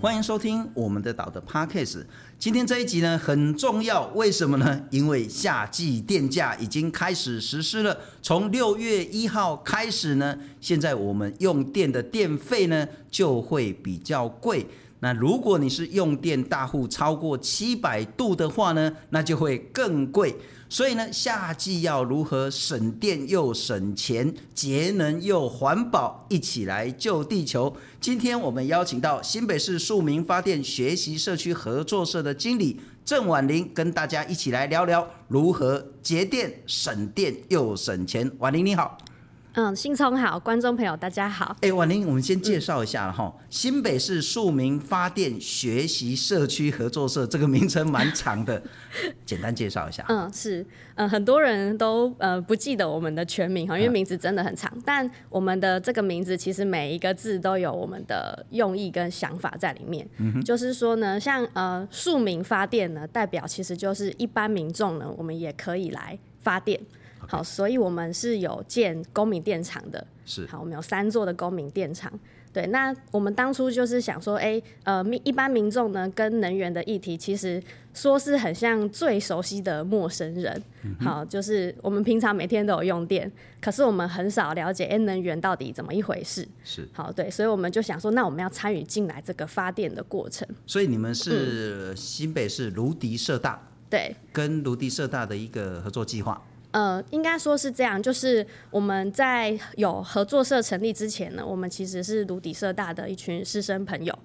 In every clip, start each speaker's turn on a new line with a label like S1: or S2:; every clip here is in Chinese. S1: 欢迎收听我们的岛的 Podcast。今天这一集呢很重要，为什么呢？因为夏季电价已经开始实施了，从六月一号开始呢，现在我们用电的电费呢就会比较贵。那如果你是用电大户超过七百度的话呢，那就会更贵。所以呢，夏季要如何省电又省钱，节能又环保，一起来救地球。今天我们邀请到新北市庶民发电学习社区合作社的经理郑婉玲，跟大家一起来聊聊如何节电、省电又省钱。婉玲你好。
S2: 嗯，信聪好，观众朋友大家好。
S1: 哎、婉玲，我们先介绍一下了哈、新北市庶民发电学习社区合作社这个名称蛮长的， 简单介绍一下。
S2: 嗯，是，嗯，很多人都呃不记得我们的全名哈，因为名字真的很长。但我们的这个名字其实每一个字都有我们的用意跟想法在里面。就是说呢，像呃庶民发电呢，代表其实就是一般民众呢，我们也可以来发电。好，所以我们是有建公民电厂的。
S1: 是
S2: 好，我们有三座的公民电厂。对，那我们当初就是想说，哎、呃，民一般民众呢，跟能源的议题，其实说是很像最熟悉的陌生人。好，就是我们平常每天都有用电，可是我们很少了解，哎、能源到底怎么一回事？
S1: 是，
S2: 好，对，所以我们就想说，那我们要参与进来这个发电的过程。
S1: 所以你们是新北市芦笛社大
S2: 对，
S1: 跟芦笛社大的一个合作计划。
S2: 呃，应该说是这样，就是我们在有合作社成立之前呢，我们其实是卢底社大的一群师生朋友，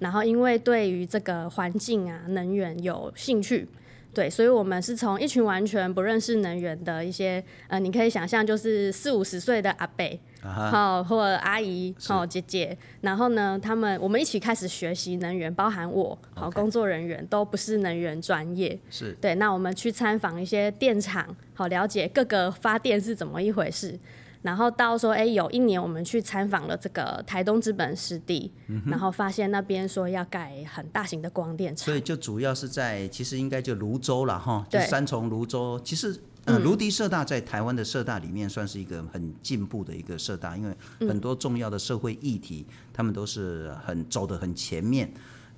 S2: 然后因为对于这个环境啊、能源有兴趣。对，所以我们是从一群完全不认识能源的一些，呃，你可以想象，就是四五十岁的阿伯，好、或者阿姨，好、姐姐，然后呢，他们我们一起开始学习能源，包含我，好、
S1: OK
S2: 工作人员都不是能源专业，
S1: 是，
S2: 对，那我们去参访一些电厂，好了解各个发电是怎么一回事。然后到说，哎，有一年我们去参访了这个台东资本湿地，
S1: 嗯
S2: 然后发现那边说要盖很大型的光电厂
S1: 所，以就主要是在，其实应该就泸州了哈，就
S2: 对
S1: 三重泸州。其实，呃，芦笛社大在台湾的社大里面算是一个很进步的一个社大，因为很多重要的社会议题，他们都是很走得很前面。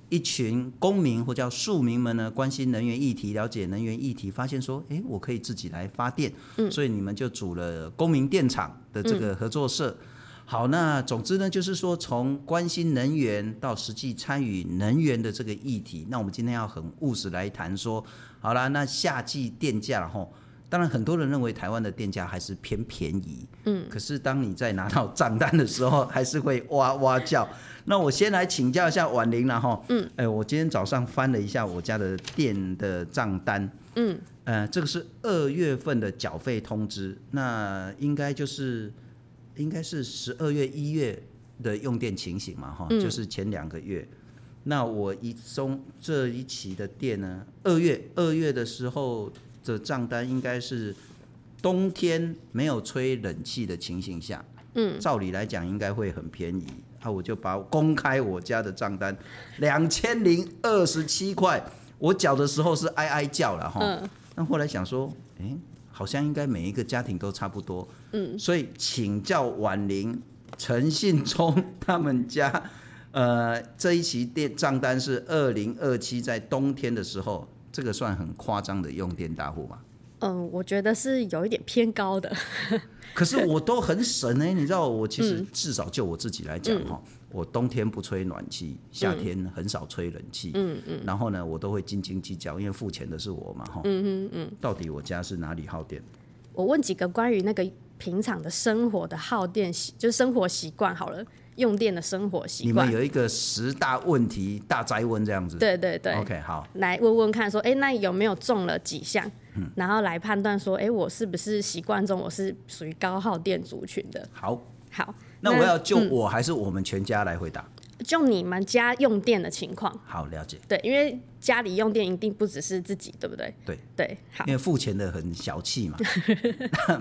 S1: 一群公民或叫庶民们呢，关心能源议题，了解能源议题，发现说，诶，我可以自己来发电，所以你们就组了公民电厂的这个合作社。好，那总之呢，就是说从关心能源到实际参与能源的这个议题，那我们今天要很务实来谈说，好啦，那夏季电价了吼，当然很多人认为台湾的电价还是偏便宜，嗯，可是当你在拿到账单的时候，还是会哇哇叫。那我先来请教一下婉玲了哈，嗯，哎，我今天早上翻了一下我家的电的账单，
S2: 嗯，
S1: 呃，这个是二月份的缴费通知，那应该就是应该是十二月、一月的用电情形嘛，哈、就是前两个月。那我一中这一期的电呢，二月二月的时候的账单应该是冬天没有吹冷气的情形下，嗯，照理来讲应该会很便宜啊，我就把公开我家的账单，两千零二十七块，我缴的时候是哀哀叫了哈，那后来想说，哎、好像应该每一个家庭都差不多，嗯，所以请教婉玲、陈信忠他们家， 呃，这一期电账单是二零二七在冬天的时候，这个算很夸张的用电大户嘛？
S2: 嗯、我觉得是有一点偏高的，
S1: 可是我都很省 哎、你知道我其实至少就我自己来讲哈、我冬天不吹暖气，夏天很少吹冷气，嗯嗯，然后呢，我都会斤斤计较，因为付钱的是我嘛哈，嗯嗯嗯，到底我家是哪里耗电？
S2: 我问几个关于那个平常的生活的耗电习，就是生活习惯好了，用电的生活习
S1: 你
S2: 惯
S1: 们，有一个十大问题大灾问这样子，
S2: 对对对
S1: o k 好，
S2: 来问问看，说，哎，那有没有中了几项？
S1: 嗯
S2: 然后来判断说，哎，我是不是习惯中我是属于高耗电族群的？
S1: 好，
S2: 好，
S1: 那嗯我要就我还是我们全家来回答？
S2: 就你们家用电的情况，
S1: 好，了解，
S2: 对，因为家里用电一定不只是自己，对不对？
S1: 对，
S2: 对，好
S1: 因，为付钱的很小气 嘛，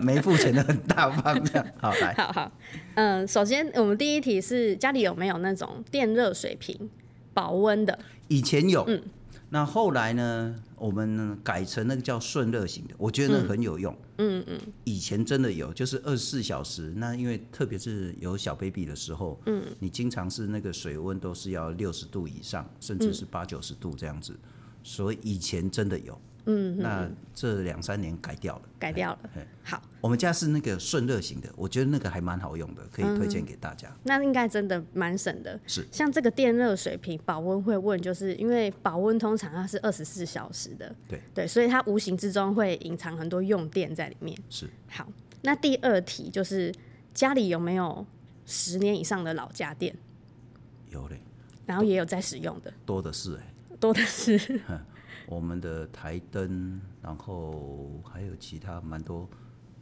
S1: 没付钱的很大方这样，好来，
S2: 好好，嗯，首先我们第一题是家里有没有那种电热水瓶保温的？
S1: 嗯以前有，那后来呢，我们改成那个叫顺热型的，我觉得那很有用。
S2: 嗯嗯，
S1: 以前真的有，就是二十四小时。那因为特别是有小 baby 的时候，嗯，你经常是那个水温都是要六十度以上，甚至是八九十度这样子，所以以前真的有。嗯，那这两三年改掉了。
S2: 改掉了
S1: 嘿。
S2: 好，
S1: 我们家是那个顺热型的，我觉得那个还蛮好用的，可以推荐给大家。
S2: 那应该真的蛮省的。
S1: 是，
S2: 像这个电热水瓶保温会问，就是因为保温通常它是二十四小时的，
S1: 对
S2: 对，所以它无形之中会隐藏很多用电在里面。
S1: 是。
S2: 好，那第二题就是家里有没有十年以上的老家电，
S1: 有嘞，
S2: 然后也有在使用的，
S1: 多的是哎、
S2: 多的 是。
S1: 我们的台灯，然后还有其他蛮多，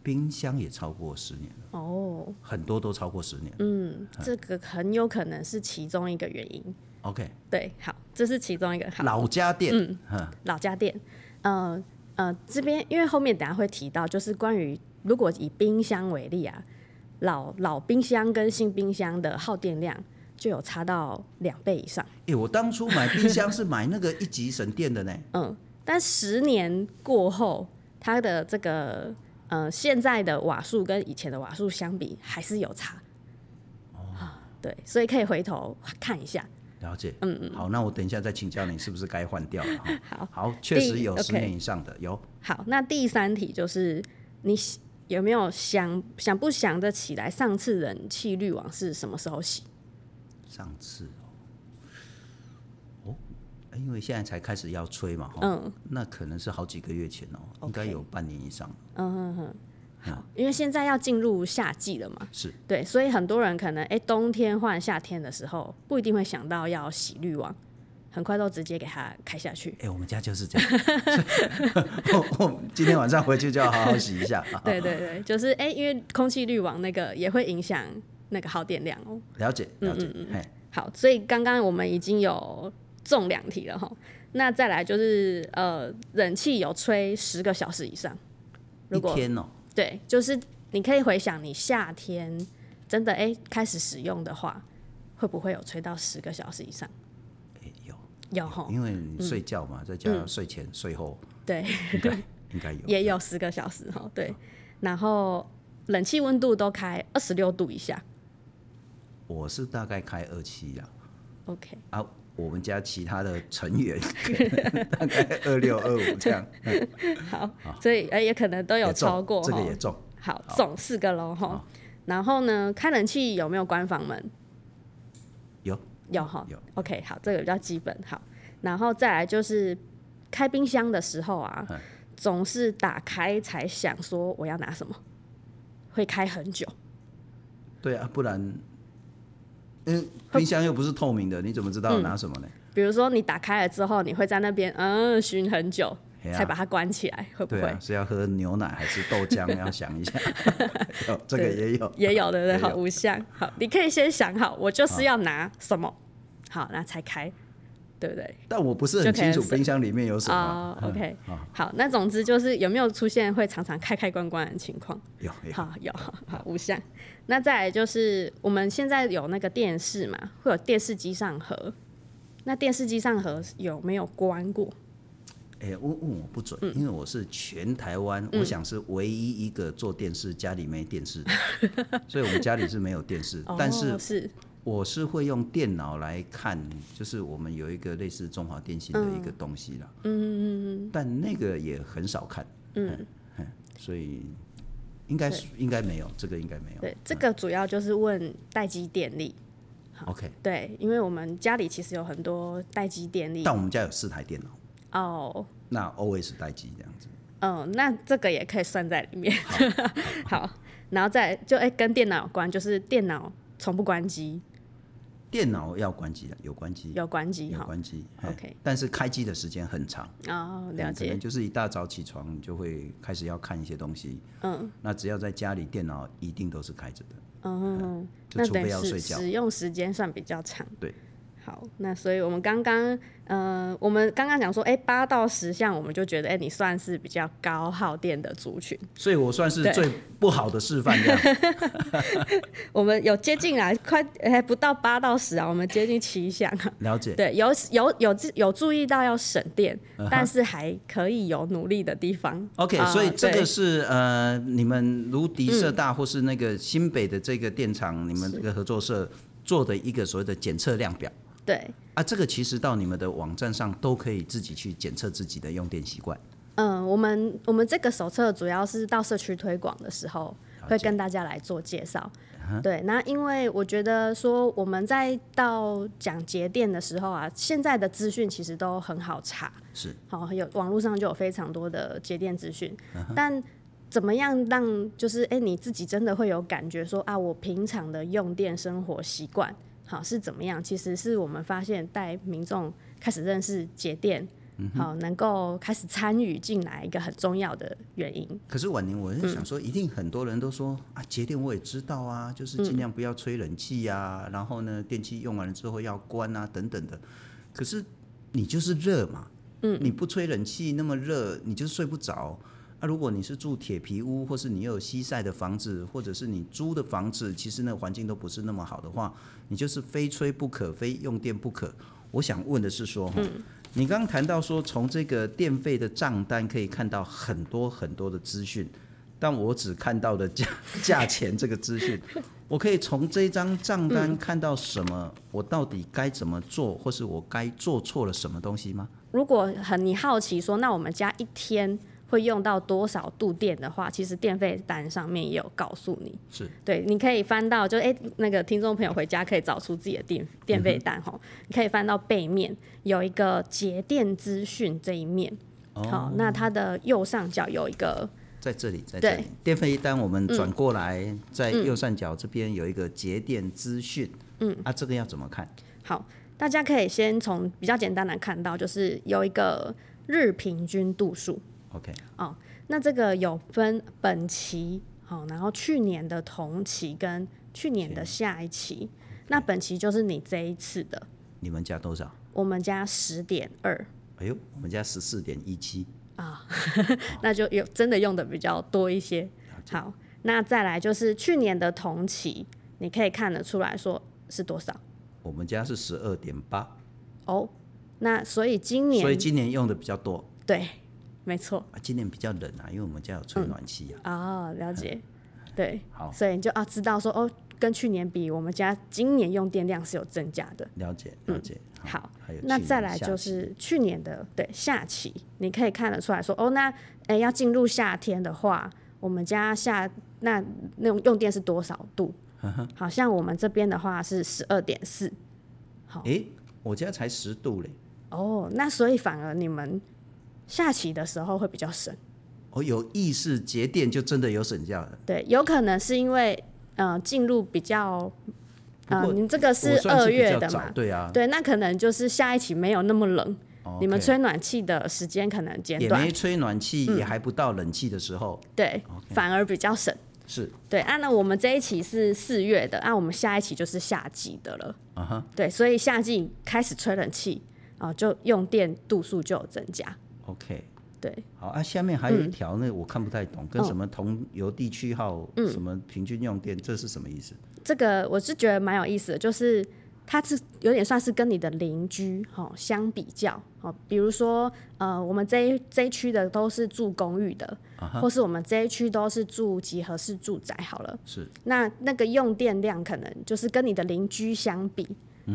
S1: 冰箱也超过十年了，
S2: 哦，
S1: 很多都超过十年。
S2: 嗯，这个很有可能是其中一个原因。
S1: OK，
S2: 对，好，这是其中一个。好，
S1: 老家电，嗯，
S2: 老家电，呃呃，这边因为后面等下会提到，就是关于如果以冰箱为例啊，老老冰箱跟新冰箱的耗电量就有差到两倍以上，
S1: 哎、我当初买冰箱是买那个一级省电的呢，
S2: 嗯，但十年过后，它的这个呃现在的瓦数跟以前的瓦数相比还是有差，哦，对，所以可以回头看一下，
S1: 了解。嗯嗯。好，那我等一下再请教你是不是该换掉了哈。
S2: 好。
S1: 好，确实有
S2: 第
S1: 十年以上的，有
S2: 好，那第三题就是你喜有没有想想不想得起来上次冷气滤网是什么时候洗？
S1: 上次哦，哦，哎因为现在才开始要吹嘛，哈、哦
S2: 嗯
S1: 那可能是好几个月前哦，应该
S2: OK
S1: 有半年以上了，
S2: 嗯嗯嗯，好，因为现在要进入夏季了嘛，
S1: 是
S2: 对，所以很多人可能哎、诶冬天换夏天的时候不一定会想到要洗滤网，很快都直接给它开下去。
S1: 哎、我们家就是这样。所以我我今天晚上回去就要好好洗一 下。 啊
S2: 对对对，就是哎、诶因为空气滤网那个也会影响那个耗电量哦。
S1: 了解了解，
S2: 嗯
S1: 哎、
S2: 好，所以刚刚我们已经有中两题了哈。那再来就是呃，冷气有吹十个小时以上，如
S1: 一
S2: 果
S1: 天哦、
S2: 对，就是你可以回想你夏天真的哎、诶开始使用的话，会不会有吹到十个小时以上？
S1: 哎有，
S2: 有吼，
S1: 因为你睡觉嘛，再加上睡前、睡后，
S2: 嗯对，
S1: 应该 应该有。
S2: 也有十个小时哈，对。然后冷气温度都开二十六度以下
S1: 我是大概开二期啦，
S2: ，OK。
S1: 啊，我们家其他的成 员大概二六二五这样，
S2: 好，所以哎、也可能都有
S1: 啊也中
S2: 超过
S1: 这个
S2: 吼
S1: 也中，
S2: 好，
S1: 好
S2: 总四个喽哈。然后呢，开冷气有没有关房门？
S1: 有
S2: 有哈。
S1: 嗯有
S2: OK，好，这个比较基本。好，然后再来就是开冰箱的时候啊，
S1: 嗯
S2: 总是打开才想说我要拿什么，会开很久。
S1: 对啊，不然。嗯，冰箱又不是透明的，你怎么知
S2: 嗯
S1: 道拿什么呢？
S2: 比如说你打开了之后，你会在那边嗯寻很久，
S1: 嘿啊
S2: 才把它关起来，会不
S1: 对
S2: 会？
S1: 啊，是要喝牛奶还是豆浆？ 要想一下，有这个
S2: 对
S1: 也有，
S2: 也有对不对？
S1: 也有
S2: 好，五项。好，你可以先想好，我就是要拿什么，好，那才开，对不对？
S1: 但我不是很清楚
S2: 就可以省
S1: 冰箱里面有什么嗯
S2: 哦。，OK，好，那总之就是有没有出现会常常开开关关的情况？
S1: 有有
S2: 好，有好五项。那再来就是我们现在有那个电视嘛，会有电视机上盒。那电视机上盒有没有关过？
S1: 哎、问问我不准，
S2: 嗯
S1: 因为我是全台湾，我想是唯一一个做电视家里没电视的， 所以我们家里是没有电视，但是
S2: 哦、是
S1: 我是会用电脑来看，就是我们有一个类似中华电信的一个东西啦，嗯嗯嗯，但那个也很少看，嗯，嗯所以应该是应该没有，这个应该没有
S2: 对这个主要就是问待机电力。
S1: ，OK，
S2: 对，因为我们家里其实有很多待机电力
S1: 但我们家有四台电脑，
S2: 哦。
S1: 那 always 待机这样子，
S2: 嗯，那这个也可以算在里 面。好，然后再就哎、跟电脑有关，就是电脑从不关机，
S1: 电脑要关机的，有关机，
S2: 有关机
S1: 有
S2: 哈。
S1: 关机嘿
S2: OK
S1: 但是开机的时间很长。
S2: 哦，
S1: 嗯
S2: 了
S1: 可
S2: 解
S1: 能。就是一大早起床就会开始要看一些东西。嗯，那只要在家里，电脑一定都是开着的，
S2: 嗯，
S1: 就
S2: 那
S1: 除
S2: 等
S1: 非
S2: 于
S1: 要
S2: 使
S1: 睡觉。
S2: 使用时间算比较长。
S1: 对，
S2: 好，那所以我们刚刚，呃，我们刚刚讲说，哎、八到十项，我们就觉得，哎、你算是比较高耗电的族群。
S1: 所以我算是
S2: 对
S1: 最不好的示范这 样。
S2: 我们有接近啊，快，哎、不到八到十啊，我们接近七项啊。
S1: 了解，
S2: 对，有有有有注意到要省电但是还可以有努力的地方。
S1: 嗯 OK，、
S2: 啊
S1: 所以这
S2: 对
S1: 个是呃，你们如迪社大或是那个新北的这个电厂，你们这个合作社做的一个所谓的检测量表
S2: 对，
S1: 啊，这个其实到你们的网站上都可以自己去检测自己的用电习惯。
S2: 嗯，我们我们这个手册主要是到社区推广的时候
S1: 了
S2: 会
S1: 解
S2: 跟大家来做介绍。对，那因为我觉得说我们在到讲节电的时候啊，现在的资讯其实都很好查，
S1: 是
S2: 好有网络上就有非常多的节电资讯，但怎么样让就是哎、你自己真的会有感觉说啊，我平常的用电生活习惯好是怎么样？其实是我们发现带民众开始认识节电。好，能够开始参与进来一个很重要的原因。
S1: 可是婉宁，我是想说，一定很多人都说、啊，节电我也知道啊，就是尽量不要吹冷气呀、啊，然后呢，电器用完了之后要关啊，等等的。可是你就是热嘛，嗯，你不吹冷气那么热，你就睡不着。啊，如果你是住铁皮屋，或是你有西晒的房子，或者是你租的房子，其实那环境都不是那么好的话，你就是非吹不可，非用电不可。我想问的是说，哈、你刚刚谈到说，从这个电费的账单可以看到很多很多的资讯，但我只看到了价 价钱这个资 讯。我可以从这张账单看到什么？我到底该怎么做，或是我该做错了什么东西吗？
S2: 如果很你好奇说，那我们家一天会用到多少度电的话，其实电费单上面也有告诉你。
S1: 是
S2: 对，你可以翻到，就哎、诶那个听众朋友回家可以找出自己的电电费单吼、你可以翻到背面有一个节电资讯这一面，好、那它的右上角有一个，
S1: 在这里，在
S2: 对
S1: 这里。电费一单我们转过来，在右上角这边有一个节电资讯。嗯，啊，这个要怎么看？
S2: 好，大家可以先从比较简单的看到，就是有一个日平均度数，
S1: OK，
S2: 那这个有分本期，好，然后去年的同期跟去年的下一期，那本期就是你这一次的，
S1: 你们家多少？
S2: 我们家十点二。
S1: 哎呦，我们家十四点一七。
S2: 那就有真的用的比较多一些。好，那再来就是去年的同期，你可以看得出来说是多少
S1: 我们家是十二点八，
S2: 哦。那所以今
S1: 所以
S2: 年
S1: 今年用的比较多
S2: 对，没错
S1: 啊。今年比较冷啊，因为我们家有吹暖气啊。
S2: 哦，了解，对，
S1: 好，
S2: 所以你就啊知道说哦，跟去年比，我们家今年用电量是有增加的。
S1: 了解了解。
S2: 嗯好
S1: 还有
S2: 那
S1: 去年
S2: 再来
S1: 夏
S2: 就
S1: 季
S2: 是去年的对夏期，你可以看得出来说，哦，那诶要进入夏天的话，我们家夏那那种用电是多少度？
S1: 嗯
S2: 好像我们这边的话是十二点四
S1: 诶，我家才十度嘞。
S2: 哦，那所以反而你们夏期的时候会比较省，
S1: 哦，有意识节电就真的有省价了。
S2: 对，有可能是因为呃进入比较，
S1: 不
S2: 呃，
S1: 过
S2: 你这个是
S1: 我算
S2: 二
S1: 比
S2: 月
S1: 较
S2: 的
S1: 早
S2: 嘛，
S1: 对啊，
S2: 对，那可能就是下一期没有那么冷，
S1: 哦
S2: 你们
S1: OK
S2: 吹嗯暖气的时间可能减
S1: 也
S2: 短
S1: 没，吹暖气，也还不到冷气的时候，
S2: 对，反而比较省。
S1: 是
S2: 对，啊，那我们这一期是四月的，啊，我们下一期就是夏季的了。
S1: 啊哈
S2: 对，所以夏季开始吹冷气啊、就用电度数就有增加。
S1: ，OK。
S2: 对，嗯哦
S1: 好啊，下面还有一条呢，我看不太懂，跟什么同邮地区号、什么平均用电，这是什么意思？
S2: 这个我是觉得蛮有意思的，就是它是有点算是跟你的邻居哦、相比较哦，比如说呃，我们这一这一区的都是住公寓的，
S1: 啊
S2: 或是我们这一区都是住集合式住宅好了。
S1: 是
S2: 那那个用电量可能就是跟你的邻居相比，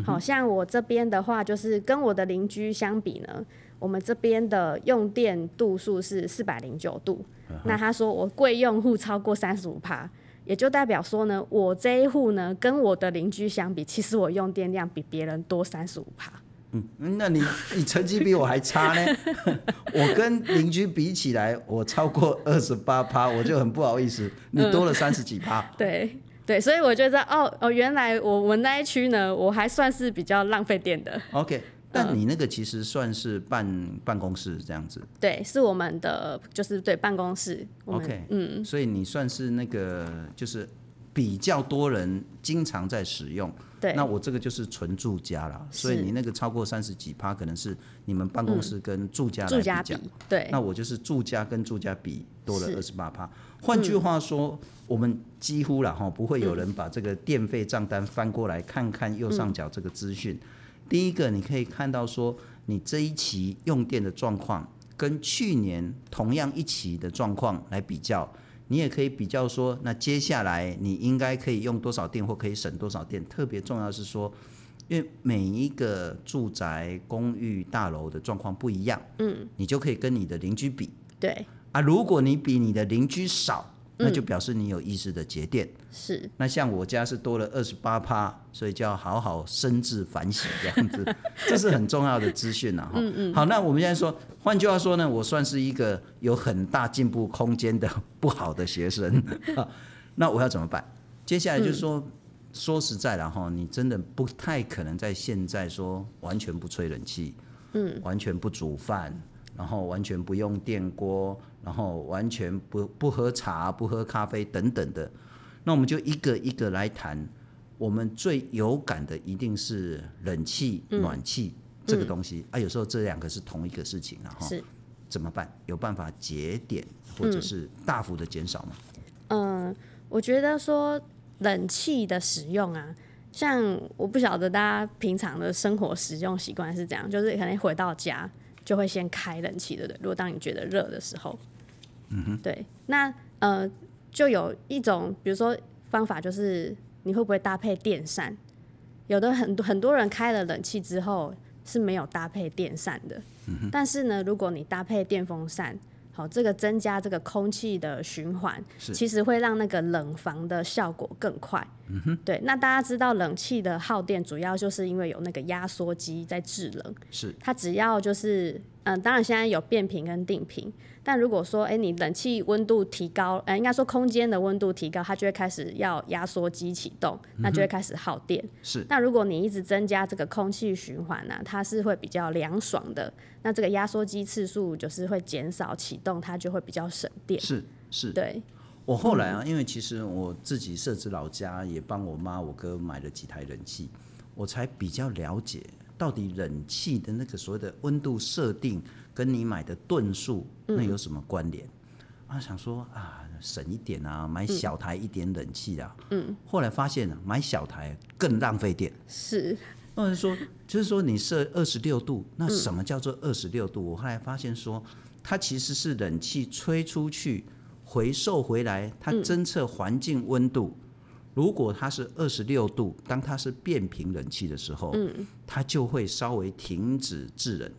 S2: 好、像我这边的话，就是跟我的邻居相比呢，我们这边的用电度数是四百零九度。那他说我贵用户超过三十五趴，也就代表说呢，我这一户呢跟我的邻居相比，其实我用电量比别人多三十五趴。
S1: 嗯，那你你成绩比我还差呢， 我跟邻居比起来，我超过二十八趴，我就很不好意思，你多了三十几趴，
S2: 对对，所以我觉得哦哦，原来我我们那一区呢，我还算是比较浪费电的。
S1: OK，但
S2: 嗯
S1: 你那个其实算是办办公室这样子
S2: 对，是我们
S1: 哦
S2: 的就是对办公室，我们
S1: ，OK，嗯，所以你算是那个就是比较多人经常在使用。
S2: 对，
S1: 那我这个就是纯住家啦，
S2: 是嗯
S1: 所以你那个超过三十几趴，可能是你们办公室跟住家来
S2: 住
S1: 比较
S2: 家。比对
S1: 那我就是住家跟住家比多了二
S2: 是嗯
S1: 十八趴。换句话说，我们几乎了哈，不会有人把这个电费账单翻过来看看右
S2: 嗯
S1: 上角这个资讯。第一个，你可以看到说你这一期用电的状况跟去年同样一期的状况来比较。你也可以比较说，那接下来你应该可以用多少电，或可以省多少电。特别重要的是说，因为每一个住宅、公寓、大楼的状况不一样，嗯，你就可以跟你的邻居比
S2: 对
S1: 啊。如果你比你的邻居少，那就表示你有意识的节电。
S2: 是
S1: 那像我家是多了二十八趴，所以就要好好深自反省这样子， 这是很重要的资讯啊了哈。好，那我们现在说，换句话说呢，我算是一个有很大进步空间的 不好的学生， 啊那我要怎么办？接下来就是说，说实在的哈，你真的不太可能在现在说完全不吹冷气，嗯，完全不煮饭。然后完全不用电锅，然后完全不不喝茶、不喝咖啡等等的，那我们就一个一个来谈。我们最有感的一定是冷气、暖气这个东西、啊，有时候这两个是同一个事情啊，哈，
S2: 是。
S1: 怎么办？有办法节点或者是大幅的减少吗？
S2: 嗯，我觉得说冷气的使用啊，像我不晓得大家平常的生活使用习惯是怎样，就是可能回到家就会先开冷气，对不对？如果当你觉得热的时候，嗯哼，对，那呃，就有一种比如说方法，就是你会不会搭配电扇？有的很多很多人开了冷气之后是没有搭配电扇的，但是呢，如果你搭配电风扇，好，这个增加这个空气的循环，
S1: 是
S2: 其实会让那个冷房的效果更快。嗯哼，对。那大家知道冷气的耗电主要就是因为有那个压缩机在制冷，
S1: 是
S2: 它只要就是嗯，当然现在有变频跟定频，但如果说哎、你冷气温度提高，呃，应该说空间的温度提高，它就会开始要压缩机启动，那就会开始耗电。
S1: 是
S2: 那如果你一直增加这个空气循环呢、它是会比较凉爽的。那这个压缩机次数就是会减少启动，它就会比较省电。
S1: 是是。
S2: 对，
S1: 我后来啊，因为其实我自己设置老家，也帮我妈我哥买了几台冷气，我才比较了解到底冷气的那个所谓的温度设定跟你买的吨数那有什么关联。啊，想说啊，省一点啊，买小台一点冷气啊。嗯。后来发现啊，买小台更浪费电。
S2: 是
S1: 那我就说，就是说你设二十六度，那什么叫做二十六度？我后来发现说，它其实是冷气吹出去回收回来，它侦测环境温度。如果它是二十六度，当它是变频冷气的时候，它就会稍微停止制冷，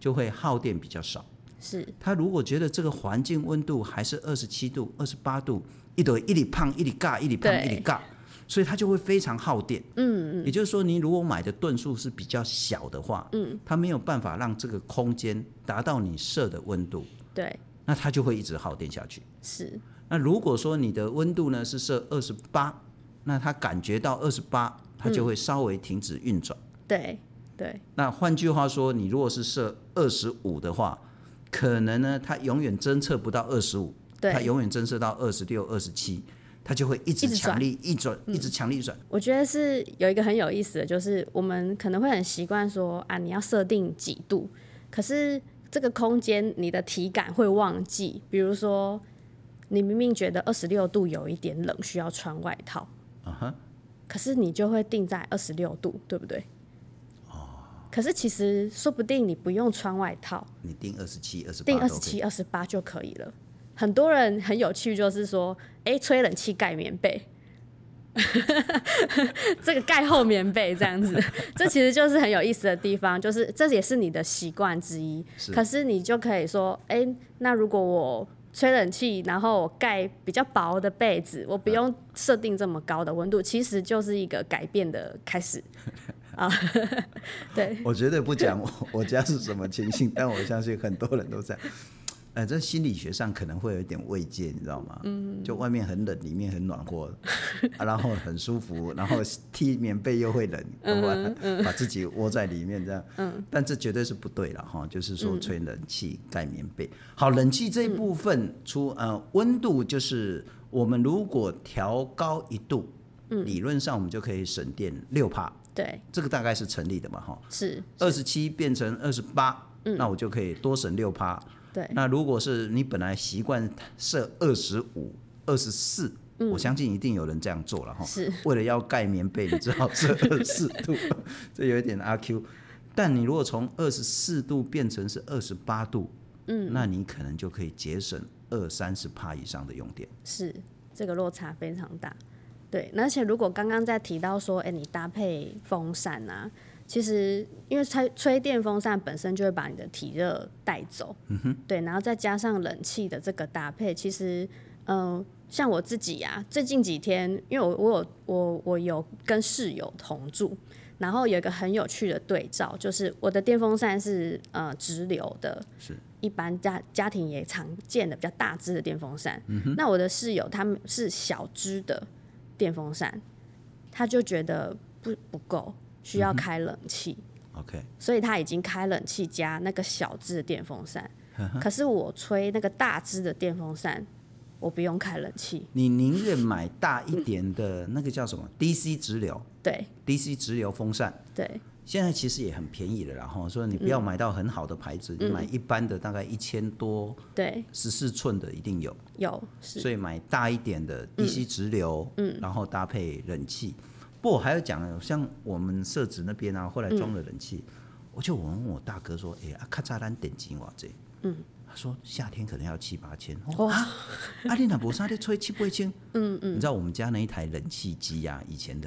S1: 就会耗电比较少。
S2: 是，
S1: 他如果觉得这个环境温度还是二十七度、二十八度，一朵一里胖一里尬一里胖
S2: 对
S1: 一里尬，所以它就会非常耗电。嗯嗯，也就是说，你如果买的吨数是比较小的话，嗯，它没有办法让这个空间达到你设的温度，
S2: 对，
S1: 那它就会一直耗电下去。
S2: 是
S1: 那如果说你的温度呢是设二十八，那它感觉到二十八，它就会稍微停止运转。
S2: 对对
S1: 那换句话说，你如果是设二十五的话，可能呢，它永远侦测不到二十五，它
S2: 对。
S1: 永远侦测到二十六、二十七，它就会一直
S2: 一直转嗯
S1: 强力一转，一直强力转。
S2: 我觉得是有一个很有意思的，就是我们可能会很习惯说啊，你要设定几度，可是这个空间你的体感会忘记，比如说你明明觉得二十六度有一点冷，需要穿外套，
S1: 啊哈，
S2: 可是你就会定在二十六度，对不对？
S1: 哦
S2: 可是其实说不定你不用穿外套，
S1: 你定二十七、二十八，
S2: 定二十七、二十八就可以了。很多人很有趣，就是说，哎、吹冷气盖棉被， 这个盖厚棉被这样子，这其实就是很有意思的地方，就是这也是你的习惯之一。
S1: 是
S2: 可是你就可以说，哎、那如果我吹冷气，然后我盖比较薄的被子，我不用设定这么高的温度，其实就是一个改变的开始啊。对，
S1: 我绝对不讲我我家是什么情形，但我相信很多人都在。呃，这心理学上可能会有一点慰藉，你知道吗？嗯，就外面很冷，里面很暖和，啊然后很舒服，然后踢棉被又会冷，然后把自己窝在里面这样。嗯，但这绝对是不对了哈，就是说嗯吹冷气、盖棉被。好，冷气这一部分，除呃温度就是我们如果调高一度，理论上我们就可以省电六帕，
S2: 对，
S1: 这个大概是成立的嘛，哈，
S2: 是，嗯
S1: 二十七变成二十八，那我就可以多省六帕。
S2: 对，
S1: 那如果是你本来习惯设二十五、二十四，我相信一定有人这样做了哈。
S2: 嗯是，
S1: 为了要盖棉被，你只好 设二十四度， 这有一点阿 Q。但你如果从二十四度变成是二十八度，嗯，那你可能就可以节省二三十帕以上的用电。
S2: 是这个落差非常大。对，而且如果刚刚在提到说，哎、你搭配风扇啊，其实因为吹吹电风扇本身就会把你的体热带走，嗯哼，对，然后再加上冷气的这个搭配，其实，嗯、像我自己呀、最近几天，因为我我有我我有跟室友同住，然后有一个很有趣的对照，就是我的电风扇是呃直流的，
S1: 是
S2: 一般家家庭也常见的比较大只的电风扇。那我的室友他们是小只的电风扇，他就觉得不不够，需
S1: 嗯
S2: 要开冷气，
S1: OK，
S2: 所以他已经开冷气加那个小只的电风扇。
S1: 嗯
S2: 可是我吹那个大只的电风扇，我不用开冷气，
S1: 你宁愿买大一点的那个叫什么 DC 直流
S2: 对
S1: ，DC 直流风扇。
S2: 对
S1: 现在其实也很便宜了啦，然后所以你不要买到很好的牌子，你买一般的大概一千多，
S2: 对，
S1: 十四寸的一定有，
S2: 有是
S1: 所以买大一点的 DC 直流，嗯，然后搭配冷气。不，我还要讲，像我们社子那边啊，后来装了冷气，我就问我大哥说，哎、啊，咔嚓咱点金瓦这，嗯，他说夏天可能要七八千，哦、啊，啊你那不啥你吹七八千，嗯嗯，你知道我们家那一台冷气机呀、以前的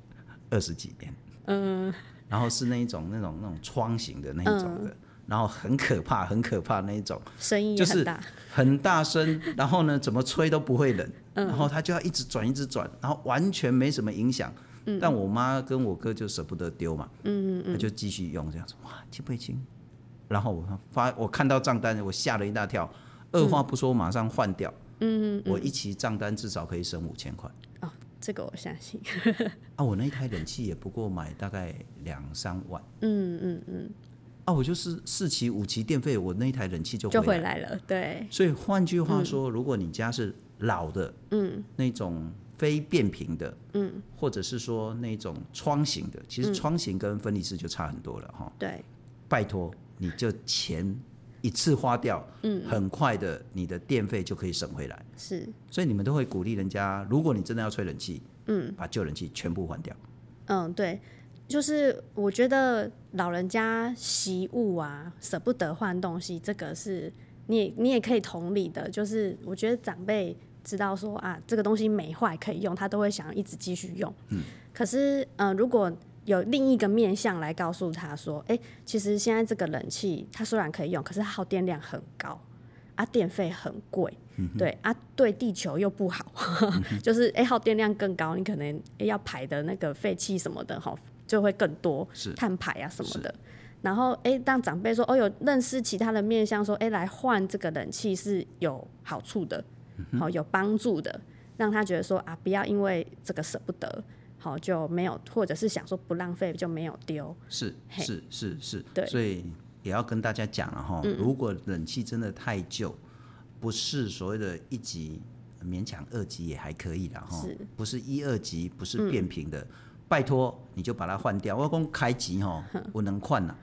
S1: 二十几年，然后是那一种那种那种窗型的那一种的，然后很可怕很可怕那一种，
S2: 声音也
S1: 就
S2: 很
S1: 是
S2: 大，
S1: 很大声，然后呢怎么吹都不会冷，然后它就要一直转一直转，然后完全没什么影响。但我妈跟我哥就舍不得丢嘛，嗯嗯嗯，就继续用这样子，哇，轻不轻？然后我发我看到账单，我吓了一大跳，二话不说马上换掉，嗯嗯，我一期账单至少可以省五千块。
S2: 哦，这个我相信，
S1: 啊，我那一台冷气也不过买大概两三万。
S2: 嗯嗯嗯，
S1: 啊，我就是四期五期电费，我那一台冷气就
S2: 就
S1: 回
S2: 回
S1: 来。
S2: 来了，对，
S1: 所以换句话说，如果你家是老的，嗯，那种非变频的，嗯，或者是说那种窗型的，其实窗型跟分离式就差很多了哈、
S2: 对，
S1: 拜托，你就钱一次花掉，嗯，很快的，你的电费就可以省回来。
S2: 是，
S1: 所以你们都会鼓励人家，如果你真的要吹冷气，嗯，把旧冷气全部换掉。
S2: 嗯，对，就是我觉得老人家惜物啊，舍不得换东西，这个是你也你也可以同理的。就是我觉得长辈知道说啊，这个东西没坏可以用，他都会想一直继续用。嗯，可是呃，如果有另一个面向来告诉他说，哎，其实现在这个冷气它虽然可以用，可是它耗电量很高，啊，电费很贵，对啊，对地球又不好，
S1: 嗯
S2: 就是哎、耗电量更高，你可能、哎要排的那个废气什么的哈，就会更多
S1: 是，
S2: 碳排啊什么的。然后哎，让长辈说哦，有认识其他的面向说，哎，来换这个冷气是有好处的，
S1: 嗯
S2: 好、有帮助的，让他觉得说啊，不要因为这个舍不得。好就没有，或者是想说不浪费就没有丢，
S1: 是
S2: 嘿
S1: 是是是，
S2: 对嗯
S1: 所以也要跟大家讲了哈，如果冷气真的太旧，不是所谓的一级，勉强二级也还可以了哈
S2: 是，嗯
S1: 不是一二级，不是变频的，拜托你就把它换掉。我讲开级哈，我能换啦。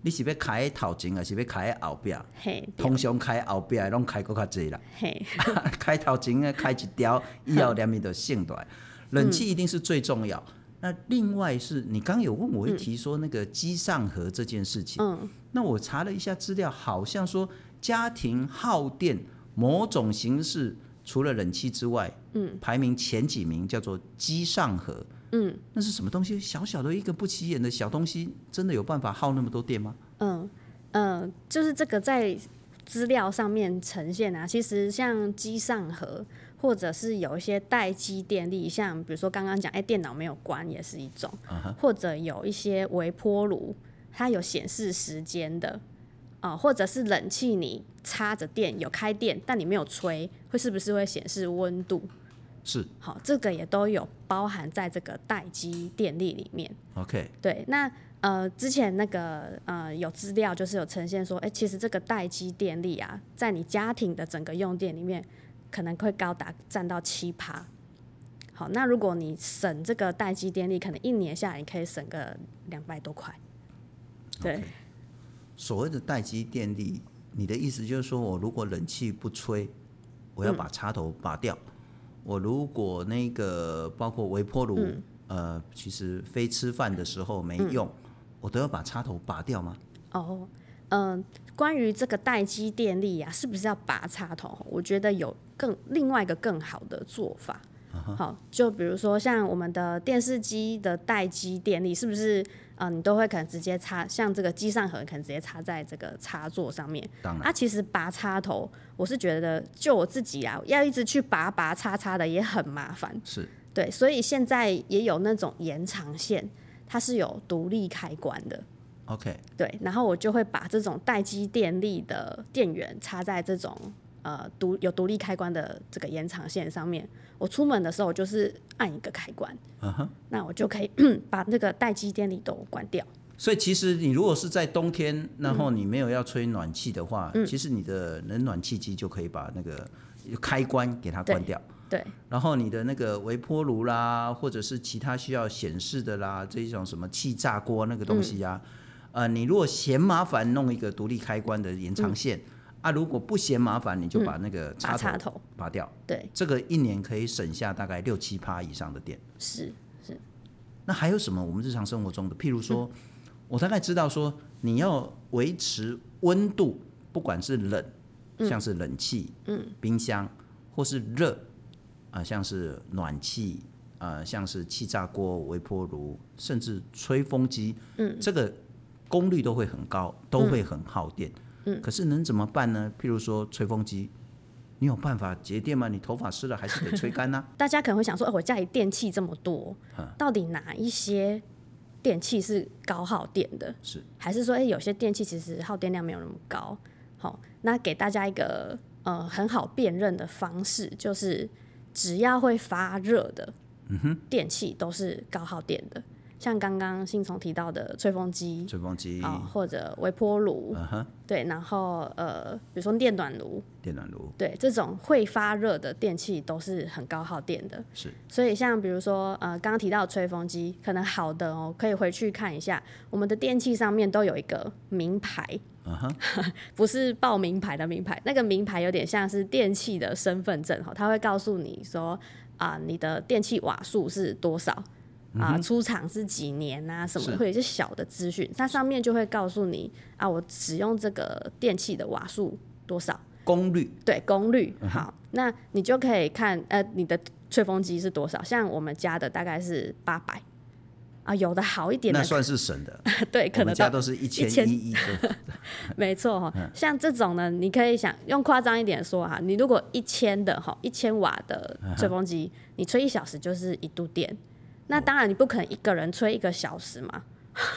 S1: 你是要开在头前，还是要开在后边？
S2: 嘿，
S1: 通常开后边的拢开搁较济啦，
S2: 嘿，
S1: 开头前的开一条，以后两面都省落来。冷气一定是最重要。那另外是你刚有问我一题说那个机上盒这件事情，
S2: 嗯，
S1: 那我查了一下资料，好像说家庭耗电某种形式除了冷气之外，嗯，排名前几名叫做机上盒，嗯，那是什么东西？小小的一个不起眼的小东西，真的有办法耗那么多电吗？
S2: 嗯，嗯，就是这个在资料上面呈现啊，其实像机上盒，或者是有一些待机电力，像比如说刚刚讲，哎、电脑没有关也是一种或者有一些微波炉，它有显示时间的。哦，或者是冷气你插着电有开电，但你没有吹，会是不是会显示温度？
S1: 是
S2: 好，这个也都有包含在这个待机电力里面。
S1: ，OK，
S2: 对，那呃，之前那个呃有资料就是有呈现说，哎、其实这个待机电力啊，在你家庭的整个用电里面可能会高达占到七趴。好，那如果你省这个待机电力，可能一年下来你可以省个两百多块。对
S1: OK 所谓的待机电力，你的意思就是说我如果冷气不吹，我要把插头拔掉；我如果那个包括微波炉，呃，其实非吃饭的时候没用，我都要把插头拔掉吗？
S2: 哦，嗯，关于这个待机电力啊，是不是要拔插头？我觉得有更另外一个更好的做法。
S1: 啊
S2: 好，就比如说像我们的电视机的待机电力，是不是呃，你都会可能直接插，像这个机上盒可能直接插在这个插座上面。
S1: 当然
S2: 啊，其实拔插头，我是觉得就我自己啊，要一直去拔拔插插的也很麻烦。
S1: 是
S2: 对，所以现在也有那种延长线，它是有独立开关的。
S1: OK，
S2: 对，然后我就会把这种待机电力的电源插在这种呃独有独立开关的这个延长线上面。我出门的时候，我就是按一个开关，
S1: 嗯哼。
S2: 那我就可以 把那个待机电力都关掉。
S1: 所以其实你如果是在冬天，然后你没有要吹暖气的话，其实你的冷暖气机就可以把那个开关给它关掉。
S2: 对，
S1: 然后你的那个微波炉啦，或者是其他需要显示的啦，这一种什么气炸锅那个东西啊，呃，你如果嫌麻烦，弄一个独立开关的延长线、啊，如果不嫌麻烦，你就嗯把那个
S2: 拔
S1: 插
S2: 插
S1: 头
S2: 头，
S1: 拔掉，
S2: 对，
S1: 这个一年可以省下大概六七趴以上的电。
S2: 是
S1: 那还有什么我们日常生活中的？譬如说，我大概知道说，你要维持温度，不管是冷，像是冷气、嗯、冰箱，或是热，啊、像是暖气，啊，像是气炸锅、微波炉，甚至吹风机，嗯，这个功率都会很高，都会很耗电。嗯，可是能怎么办呢？譬如说吹风机，你有办法节电吗？你头发湿了还是得吹 干呐、啊
S2: 大家可能会想说，哎、我家里电器这么多，
S1: 嗯
S2: 到底哪一些电器是高耗电的？
S1: 是，
S2: 还是说，哎、有些电器其实耗电量没有那么高？好，那给大家一个呃很好辨认的方式，就是只要会发热的电器都是高耗电的，像刚刚信聪提到的吹风机
S1: 吹风机，
S2: 啊、或者微波炉，
S1: 嗯哼，
S2: 对，然后呃，比如说电暖炉，
S1: 电暖炉
S2: 对，这种会发热的电器都是很高耗电的。
S1: 是。
S2: 所以像比如说呃，刚刚提到的吹风机，可能好的哦，可以回去看一下，我们的电器上面都有一个名牌，
S1: 嗯哼，
S2: 不是报名牌的名牌，那个名牌有点像是电器的身份证哈，它会告诉你说啊、你的电器瓦数是多少。啊、出厂是几年啊？什么的
S1: 嗯是
S2: 会有一些小的资讯，它上面就会告诉你啊，我使用这个电器的瓦数多少，
S1: 功率
S2: 对功率。
S1: 嗯
S2: 好，那你就可以看呃你的吹风机是多少，像我们家的大概是八百啊，有的好一点
S1: 那
S2: 的，
S1: 算是省的，
S2: 对，
S1: 我
S2: 可
S1: 们
S2: 能
S1: 家嗯
S2: 到
S1: 都是一千
S2: 1000
S1: 一一 个，
S2: 没错哈、 像这种呢，你可以想用夸张一点说哈、你如果一千的哈，一千瓦的
S1: 嗯
S2: 吹风机，你吹一小时就是一度电。那当然，你不可能一个人吹一个小时嘛，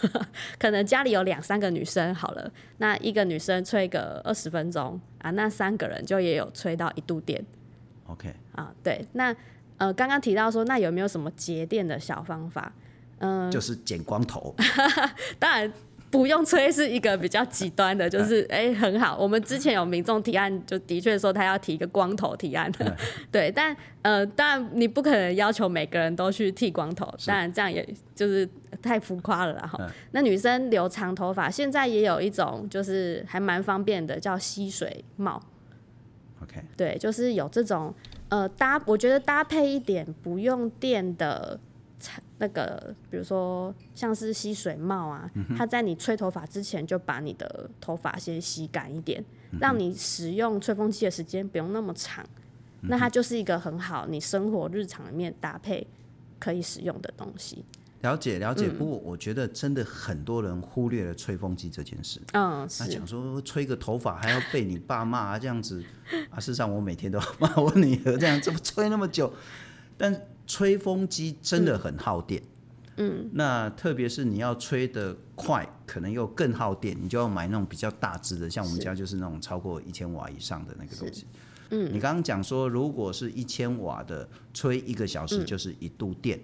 S2: 可能家里有两三个女生好了，那一个女生吹个二十分钟啊，那三个人就也有吹到一度电
S1: OK，
S2: 啊。对，那呃，刚刚提到说，那有没有什么节电的小方法？嗯
S1: 就是剪光头，
S2: 当然不用吹是一个比较极端的，就是哎、很好。我们之前有民众提案，就的确说他要提一个光头提案， 对。但呃，当然你不可能要求每个人都去剃光头，当然这样也就是太浮夸了啦哈。那女生留长头发，现在也有一种就是还蛮方便的，叫吸水帽。
S1: OK，
S2: 对，就是有这种呃搭，我觉得搭配一点不用电的产那个，比如说像是吸水帽啊，它在你吹头发之前就把你的头发先吸干一点，让你使用吹风机的时间不用那么长。那它就是一个很好你生活日常里面搭配可以使用的东西。
S1: 了解了
S2: 嗯
S1: 解。不过我觉得真的很多人忽略了吹风机这件事。
S2: 嗯，
S1: 他
S2: 是
S1: 讲说吹个头发还要被你爸骂啊，这样子啊，事实上我每天都要骂我女儿这样，怎么吹那么久？但吹风机真的很耗电，嗯，那特别是你要吹得快，可能又更耗电，你就要买那种比较大只的，像我们
S2: 是
S1: 家就是那种超过一千瓦以上的那个东西。嗯，你刚刚讲说，如果是一千瓦的，吹一个小时就是一度电。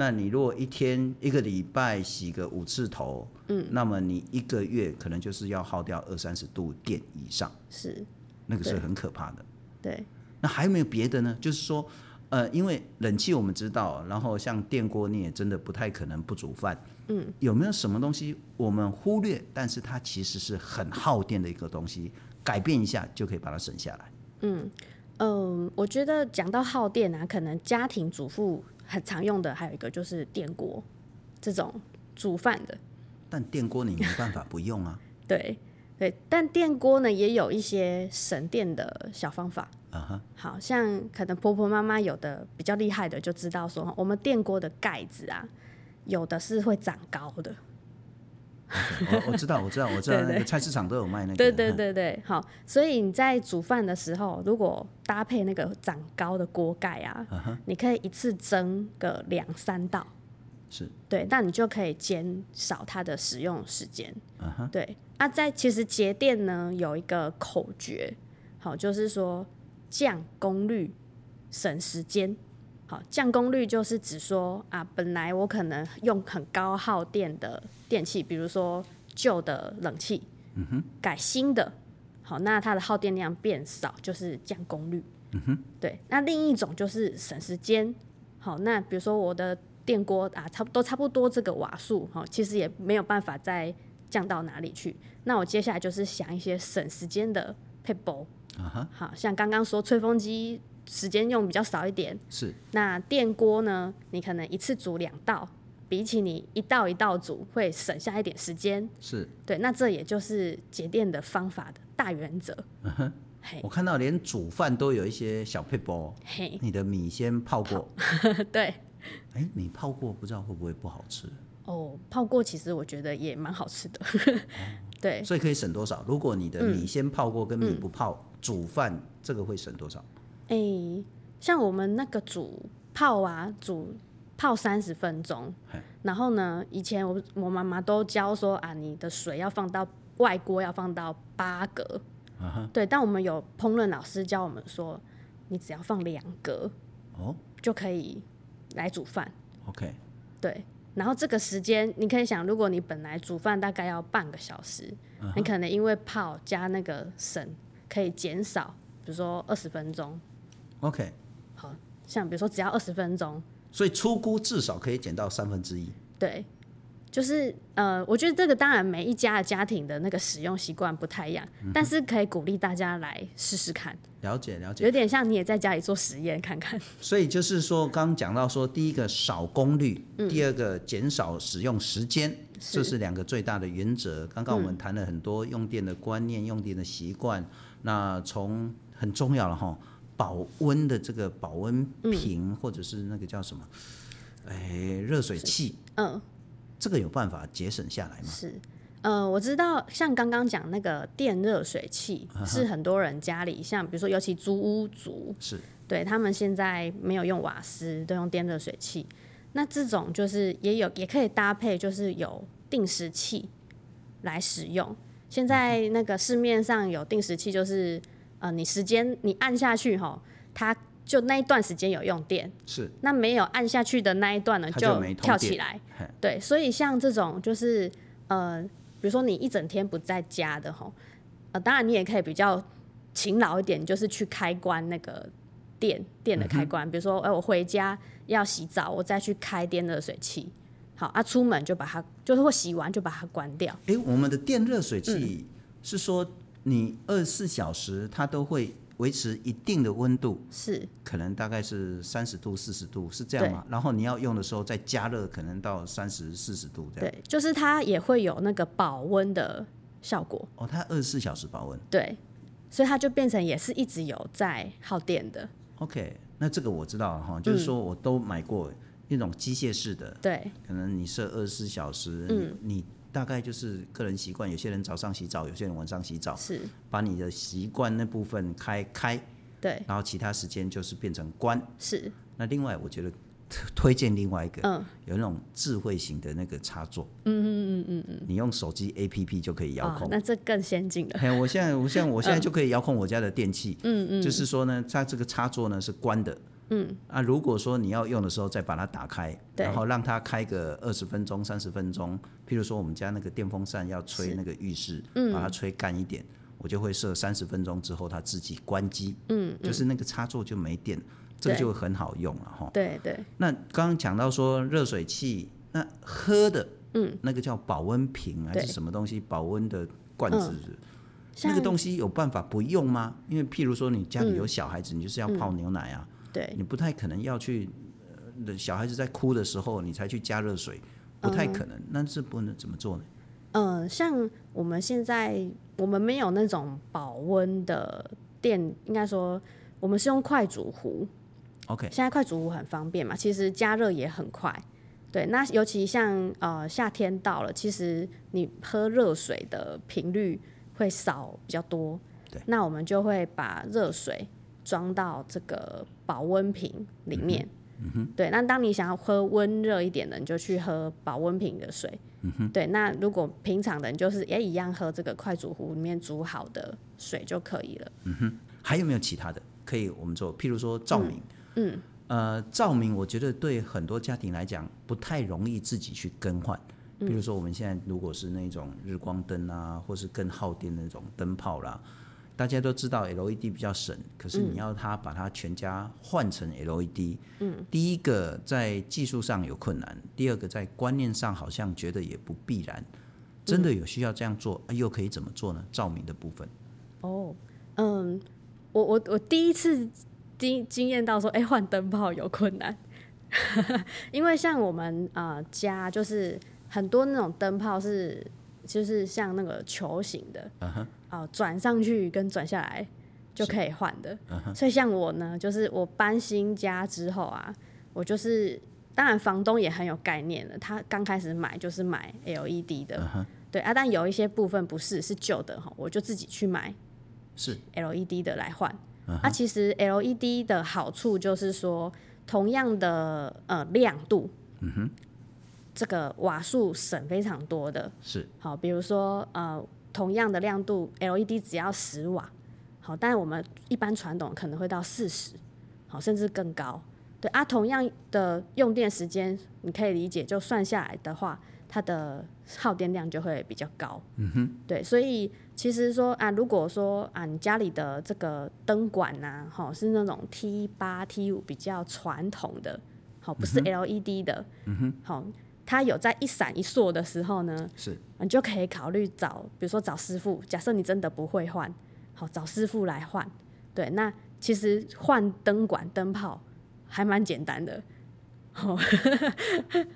S1: 那你如果一天一个礼拜洗个五次头，嗯，那么你一个月可能就是要耗掉二三十度电以上，
S2: 是，
S1: 那个是
S2: 对
S1: 很可怕的。
S2: 对。
S1: 那还有没有别的呢？就是说，呃，因为冷气我们知道，然后像电锅你也真的不太可能不煮饭，嗯，有没有什么东西我们忽略，但是它其实是很耗电的一个东西，改变一下就可以把它省下来。
S2: 嗯，我觉得讲到耗电啊，可能家庭主妇很常用的还有一个就是电锅，这种煮饭的，
S1: 但电锅你没办法不用啊，
S2: 对对。但电锅呢，也有一些省电的小方法。
S1: 啊哈，
S2: 好像可能婆婆妈妈有的比较厉害的就知道说，我们电锅的盖子啊，有的是会长高的。
S1: 我我知道，我知道，我知道，
S2: 对对
S1: 那个菜市场都有卖那个，
S2: 对对
S1: 嗯，
S2: 对对，好，所以你在煮饭的时候，如果搭配那个长高的锅盖啊，你可以一次蒸个两三道，
S1: 是，
S2: 对，那你就可以减少它的使用时间。
S1: 啊哈，
S2: 对，啊，在其实节电呢有一个口诀，好，就是说降功率，省时间。好，降功率就是指说啊，本来我可能用很高耗电的电器，比如说旧的冷气，嗯哼，改新的，好，那它的耗电量变少，就是降功率。嗯哼，对。那另一种就是省时间。好，那比如说我的电锅啊，差不都差不多这个瓦数，好，其实也没有办法再降到哪里去。那我接下来就是想一些省时间的配补，
S1: 啊哈，
S2: 好像刚刚说吹风机时间用比较少一点，
S1: 是，
S2: 那电锅呢，你可能一次煮两道，比起你一道一道煮会省下一点时间。
S1: 是
S2: 对，那这也就是节电的方法的大原则。嘿
S1: 我看到连煮饭都有一些小配包，
S2: 嘿，
S1: 你的米先泡过，
S2: 对
S1: 哎、米泡过不知道会不会不好吃，
S2: 哦，泡过其实我觉得也蛮好吃的。 对，
S1: 所以可以省多少？如果你的米先泡过跟米不泡，煮饭这个会省多少？
S2: 哎、像我们那个煮泡啊，煮泡三十分钟
S1: 嘿，
S2: 然后呢，以前我我妈妈都教说啊，你的水要放到外锅要放到八格，
S1: 啊哈，
S2: 对，但我们有烹饪老师教我们说，你只要放两格
S1: 哦
S2: 就可以来煮饭，
S1: ，OK，
S2: 对。然后这个时间，你可以想，如果你本来煮饭大概要半个小时，
S1: 啊
S2: 你可能因为泡加那个省，可以减少，比如说二十分钟，
S1: OK，
S2: 好像比如说只要二十分钟，
S1: 所以出估至少可以减到三分之一。
S2: 对，就是呃，我觉得这个当然每一家的家庭的那个使用习惯不太一样，但是可以鼓励大家来试试看，
S1: 了解了解，
S2: 有点像你也在家里做实验看看。
S1: 所以就是说，刚刚讲到说，第一个少功率，第二个减少使用时间，这嗯是两个最大的原则。刚刚我们谈了很多用电的观念、用电的习惯，那从很重要了哈，保温的这个保温瓶、或者是那个叫什么，哎，热水器，
S2: 嗯，
S1: 这个有办法节省下来吗？
S2: 是。呃，我知道，像刚刚讲那个电热水器，是很多人家里，像比如说，尤其租屋族，
S1: 是
S2: 对他们现在没有用瓦斯，都用电热水器。那这种就是也有也可以搭配，就是有定时器来使用。现在那个市面上有定时器，就是呃，你时间你按下去吼，它就那一段时间有用电，
S1: 是，
S2: 那没有按下去的那一段呢，
S1: 它就没通
S2: 跳
S1: 电
S2: 起来
S1: 嘿。
S2: 对，所以像这种就是呃，比如说你一整天不在家的吼，呃，当然你也可以比较勤劳一点，就是去开关那个电电的开关，
S1: 嗯
S2: 比如说哎、我回家要洗澡，我再去开电热水器。好啊，出门就把它，就是或洗完就把它关掉。
S1: 哎，我们的电热水器是说你二十四小时它都会维持一定的温度。
S2: 是，
S1: 可能大概是三十度、四十度，是这样
S2: 对
S1: 吗？然后你要用的时候再加热，可能到三十、四十度这样。
S2: 对，就是它也会有那个保温的效果。
S1: 哦，它二十四小时保温。
S2: 对，所以它就变成也是一直有在耗电的。
S1: OK，那这个我知道了哈，就是
S2: 嗯
S1: 说我都买过那种机械式的，
S2: 对，
S1: 可能你设二十四小时，
S2: 嗯
S1: 你你大概就是个人习惯，有些人早上洗澡，有些人晚上洗澡，
S2: 是，
S1: 把你的习惯那部分开开，
S2: 对，
S1: 然后其他时间就是变成关。
S2: 是，
S1: 那另外，我觉得推荐另外一个，
S2: 嗯，
S1: 有那种智慧型的那个插座，嗯嗯嗯嗯嗯，你用手机 APP 就可以遥
S2: 啊、
S1: 控。
S2: 那这更先进 了。
S1: 嘿，我现在，我现在，我现在就可以遥控我家的电器，嗯嗯，就是说呢，它这个插座呢是关的，嗯，啊，如果说你要用的时候再把它打开，
S2: 对
S1: 然后让它开个二十分嗯钟、三十分钟，譬如说我们家那个电风扇要吹那个浴室，把它吹干一点，我就会设三十分钟之后它自己关机，
S2: 嗯，
S1: 就是那个插座就没电，这个
S2: 对
S1: 就很好用了哈。
S2: 对对，
S1: 那刚刚讲到说热水器，那喝的，
S2: 嗯，
S1: 那个叫保温瓶还
S2: 对嗯
S1: 是什么东西？保温的罐子，那
S2: 像
S1: 个东西有办法不用吗？因为譬如说你家里有小孩子，你就是要泡牛奶啊，
S2: 对
S1: 你不太可能要去，
S2: 嗯
S1: 呃小孩子在哭的时候你才去加热水，不太可能。那是不能怎么做呢？
S2: 嗯，像我们现在我们没有那种保温的电，应该说我们是用快煮壶。
S1: OK，
S2: 现在快煮壶很方便嘛，其实加热也很快。对，那尤其像呃夏天到了，其实你喝热水的频率会少比较多。
S1: 对，
S2: 那我们就会把热水装到这个保温瓶里面。
S1: 嗯
S2: 对，那当你想要喝温热一点的，你就去喝保温瓶的水。
S1: 嗯
S2: 对，那如果平常的，你就是也一样喝这个快煮壶里面煮好的水就可以了。
S1: 还有没有其他的可以我们做？譬如说照明，
S2: 嗯，
S1: 呃，照明我觉得对很多家庭来讲不太容易自己去更换。比
S2: 嗯
S1: 如说我们现在如果是那种日光灯啊，或是更耗电的那种灯泡啦，大家都知道 LED 比较省，可
S2: 嗯
S1: 是你要它把它全家换成 LED，嗯，第一个在技术上有困难，第二个在观念上好像觉得也不必然。真
S2: 嗯
S1: 的有需要这样做，啊又可以怎么做呢？照明的部分，
S2: 哦，嗯，我我我第一次经经验到说，哎、换灯泡有困难， 因为像我们呃家就是很多那种灯泡是就是像那个球形的，
S1: 嗯哼，
S2: 啊、转上去跟转下来就可以换的。
S1: 嗯
S2: 所以像我呢，就是我搬新家之后啊，我就是当然房东也很有概念的，他刚开始买就是买 LED 的，
S1: 嗯
S2: 对啊，但有一些部分不是是旧的哈，我就自己去买
S1: 是
S2: LED E 的来换。啊，其实 LED 的好处就是说，同样的呃亮度，这个瓦数省非常多的。
S1: 是，
S2: 好，比如说呃，同样的亮度，LED 只要十瓦，好，但我们一般传统可能会到四十，好，甚至更高。对啊，同样的用电时间，你可以理解，就算下来的话，它的耗电量就会比较高。嗯哼，对，所以其实说啊，如果说啊，你家里的这个灯管呐、啊，哈，是那种 T 八、T 五比较传统的，好，不是 LED 的，嗯哼，好，它有在一闪一烁的时候呢，
S1: 是
S2: 你就可以考虑找，比如说找师傅。假设你真的不会换，好找师傅来换。对，那其实换灯管、灯泡还蛮简单的。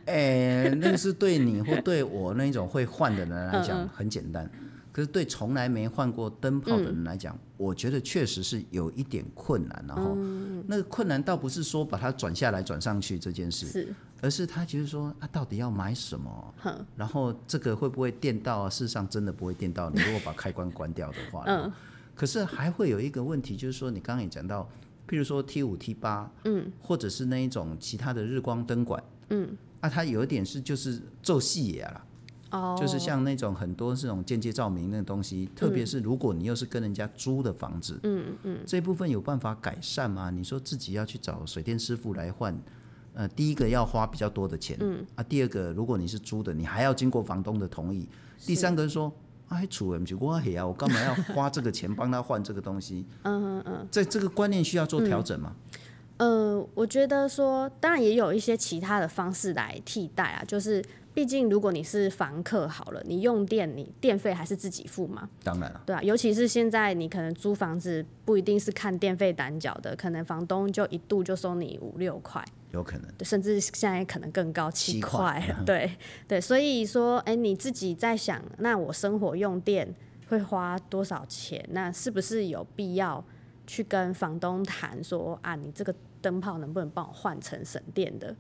S1: 哎、那个是对你或对我那种会换的人来讲很简单，可是对从来没换过灯泡的人来讲，我觉得确实是有一点困难。然后，那个困难倒不是说把它转下来转上去这件事，
S2: 是，
S1: 而是他就是说啊，到底要买什么？
S2: 哼，
S1: 然后这个会不会电到啊？事实上真的不会电到，你如果把开关关掉的话。嗯。可是还会有一个问题，就是说你刚刚也讲到，譬如说 T 五、T 八，嗯，或者是那一种其他的日光灯管，嗯，啊，它有一点是就是做戏也啦，
S2: 哦，
S1: 就是像那种很多这种间接照明那个东西，特别是如果你又是跟人家租的房子，嗯嗯，这部分有办法改善吗？你说自己要去找水电师傅来换，呃，第一个要花比较多的钱，嗯啊，第二个如果你是租的，你还要经过房东的同意，第三个是说。哎，主人，我黑啊，我干嘛要花这个钱帮他换这个东西？嗯嗯嗯，在这个观念需要做调整吗？
S2: 呃，我觉得说，当然也有一些其他的方式来替代啊。就是，毕竟如果你是房客好了，你用电，你电费还是自己付嘛。
S1: 当然了，
S2: 对啊，尤其是现在你可能租房子不一定是看电费单缴的，可能房东就一度就收你五六块。
S1: 有可能
S2: 对甚至现在可能更高七
S1: 七
S2: 块
S1: 块
S2: 了，对对，所以说，哎，你自己在想，那我生活用电会花多少钱？那是不是有必要去跟房东谈说啊，你这个灯泡能不能帮我换成省电的？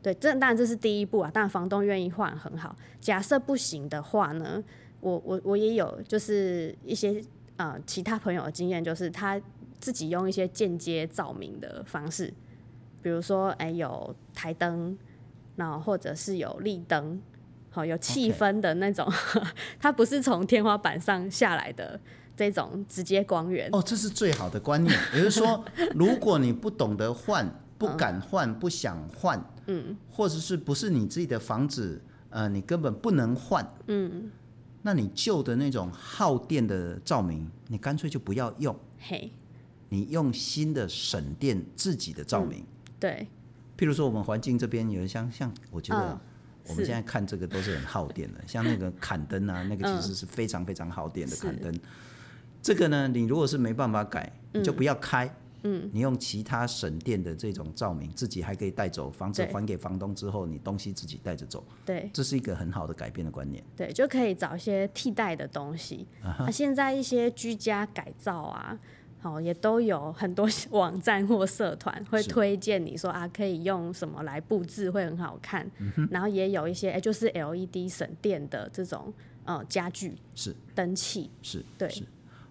S2: 对，这当然这是第一步啊，当然房东愿意换很好。假设不行的话呢，我我我也有就是一些呃其他朋友的经验，就是他自己用一些间接照明的方式，比如说哎、有台灯，然后或者是有立灯，好、有气
S1: OK
S2: 氛的那种 它不是从天花板上下来的这种直接光源。
S1: 哦，这是最好的观念，也就是说，如果你不懂得 换、不敢换、不想换，嗯，或者是不是你自己的房子，呃，你根本不能换，嗯，那你旧的那种耗电的照明，你干脆就不要用，
S2: 嘿，
S1: 你用新的省电自己的照明。
S2: 对，
S1: 譬如说我们环境这边有像像，我觉得
S2: 嗯
S1: 我们
S2: 是
S1: 现在看这个都是很耗电 的，像那个砍灯啊，那个其实是非常非常耗电的
S2: 嗯是
S1: 砍灯。这个呢，你如果是没办法改，你就不要开。嗯，你用其他省电的这种照明，自己还可以带走，房子
S2: 对
S1: 还给房东之后，你东西自己带着走，
S2: 对，
S1: 这是一个很好的改变的观念。
S2: 对，就可以找一些替代的东西。啊，现在一些居家改造啊，哦，也都有很多 网站或社团会
S1: 是
S2: 推荐你说啊，可以用什么来布置会很好看。然后也有一些哎、就是 LED 省电的这种呃家具
S1: 是
S2: 灯器，
S1: 是，
S2: 对
S1: 是。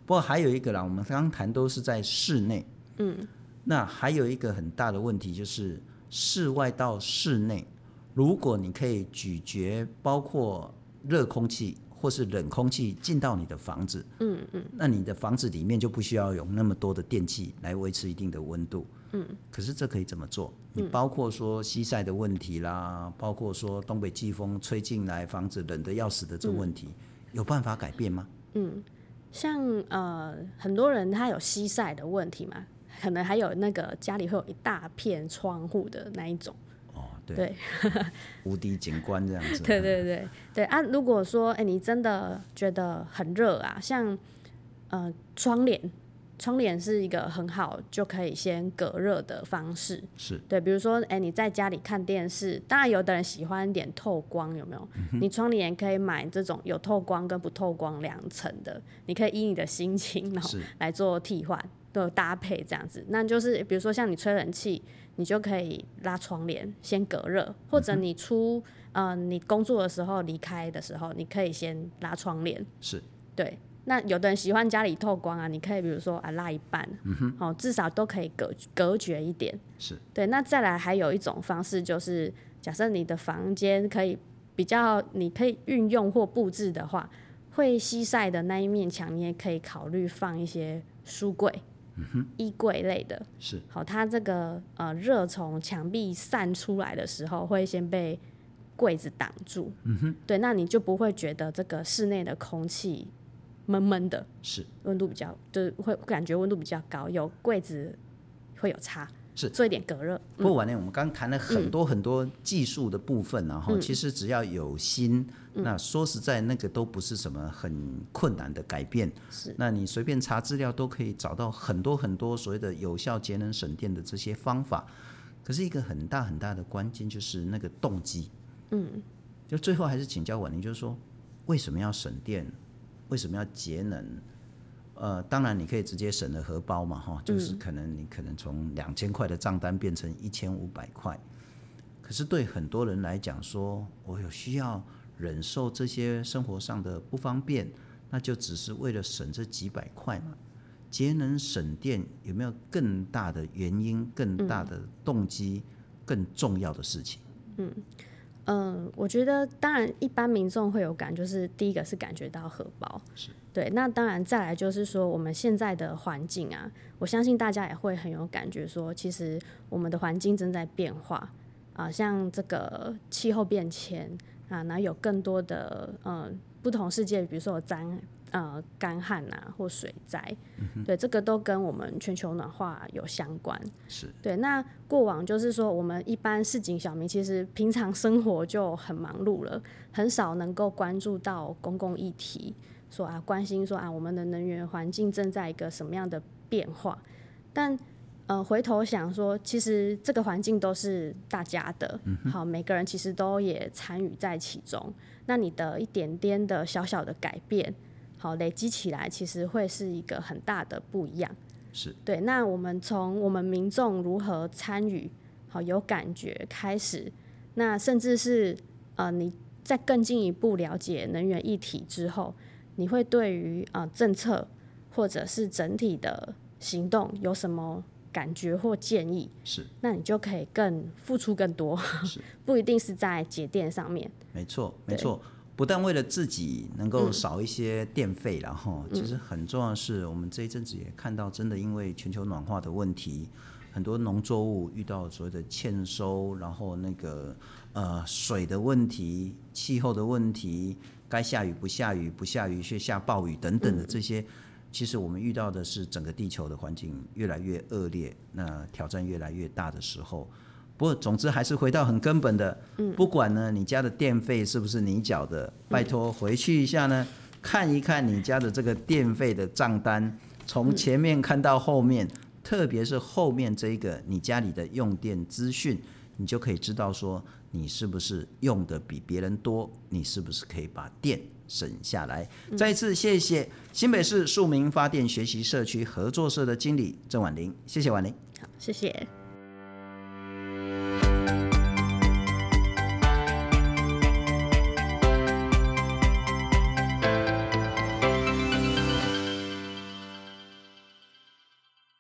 S1: 不过还有一个啦，我们刚刚谈都是在室内，
S2: 嗯，
S1: 那还有一个很大的问题就是，室外到室内，如果你可以咀嚼包括热空气或是冷空气进到你的房子，嗯嗯，那你的房子里面就不需要有那么多的电器来维持一定的温度。嗯，可是这可以怎么做？你包括说西晒的问题啦，包括说东北季风吹进来，房子冷的要死的这问题，有办法改变吗？
S2: 像呃很多人他有西晒的问题嘛，可能还有那个家里会有一大片窗户的那一种。
S1: 哦，对，
S2: 对
S1: 无敌景观这样子，
S2: 对对对对啊！如果说哎、你真的觉得很热啊，像呃窗帘，窗帘是一个很好就可以先隔热的方式。
S1: 是
S2: 对，比如说哎、你在家里看电视，当然有的人喜欢一点透光，有没有？你窗帘可以买这种有透光跟不透光两层的，你可以依你的心情然后
S1: 是
S2: 来做替换。的搭配这样子，那就是比如说像你吹冷气，你就可以拉窗帘先隔热，或者你出呃，你工作的时候离开的时候，你可以先拉窗帘。
S1: 是
S2: 对，那有的人喜欢家里透光啊，你可以比如说啊拉一半，哦，至少都可以隔隔绝一点。
S1: 是
S2: 对，那再来还有一种方式就是，假设你的房间可以比较，你可以运用或布置的话，会西晒的那一面墙，你也可以考虑放一些书柜、衣柜类的。
S1: 是
S2: 好，它这个呃热从墙壁散出来的时候，会先被柜子挡住。嗯哼，对，那你就不会觉得这个室内的空气闷闷的，
S1: 是
S2: 温度比较就是会感觉温度比较高，有柜子会有差，
S1: 是
S2: 做一点隔热。
S1: 不过，婉玲，我们刚谈了很多很多技术的部分、然后其实只要有心，那说实在，那个都不是什么很困难的改变。
S2: 是
S1: 那你随便查资料都可以找到很多很多所谓的有效节能省电的这些方法。可是一个很大很大的关键就是那个动机。嗯，就最后还是请教婉玲，就是说为什么要省电？为什么要节能？呃，当然你可以直接省了荷包嘛，哈，就是可能你可能从两千块的账单变成一千五百块。可是对很多人来讲说，我有需要忍受这些生活上的不方便，那就只是为了省这几百块嘛。节能省电有没有更大的原因、更大的动机、更重要的事情？
S2: 嗯，我觉得当然一般民众会有感，就是第一个是感觉到荷包，
S1: 是
S2: 对。那当然再来就是说我们现在的环境啊，我相信大家也会很有感觉说其实我们的环境正在变化啊，像这个气候变迁啊，然后有更多的呃不同世界，比如说有干呃干旱啊或水灾，对，这个都跟我们全球暖化有相关。
S1: 是
S2: 对，那过往就是说，我们一般市井小民其实平常生活就很忙碌了，很少能够关注到公共议题，说啊关心说啊我们的能源环境正在一个什么样的变化。但呃回头想说，其实这个环境都是大家的，好每个人其实都也参与在其中。那你的一点点的小小的改变，好累积起来，其实会是一个很大的不一样。
S1: 是
S2: 对，那我们从我们民众如何参与，好有感觉开始，那甚至是呃，你在更进一步了解能源议题之后，你会对于呃政策或者是整体的行动有什么感觉或建议？
S1: 是，
S2: 那你就可以更付出更多
S1: 是，
S2: 不一定是在节电上面。
S1: 没错没错。不但为了自己能够少一些电费啦，然后、其实很重要的是，我们这一阵子也看到，真的因为全球暖化的问题，很多农作物遇到所谓的欠收，然后那个呃水的问题、气候的问题、该下雨不下雨，不下雨却下暴雨等等的这些，其实我们遇到的是整个地球的环境越来越恶劣，那挑战越来越大的时候。不过，总之还是回到很根本的，不管呢你家的电费是不是你缴的，拜托回去一下呢，看一看你家的这个电费的账单，从前面看到后面，特别是后面这一个你家里的用电资讯，你就可以知道说你是不是用的比别人多，你是不是可以把电省下来。再一次谢谢新北市庶民发电学习社区合作社的经理郑婉玲，谢谢婉玲。
S2: 好，谢谢。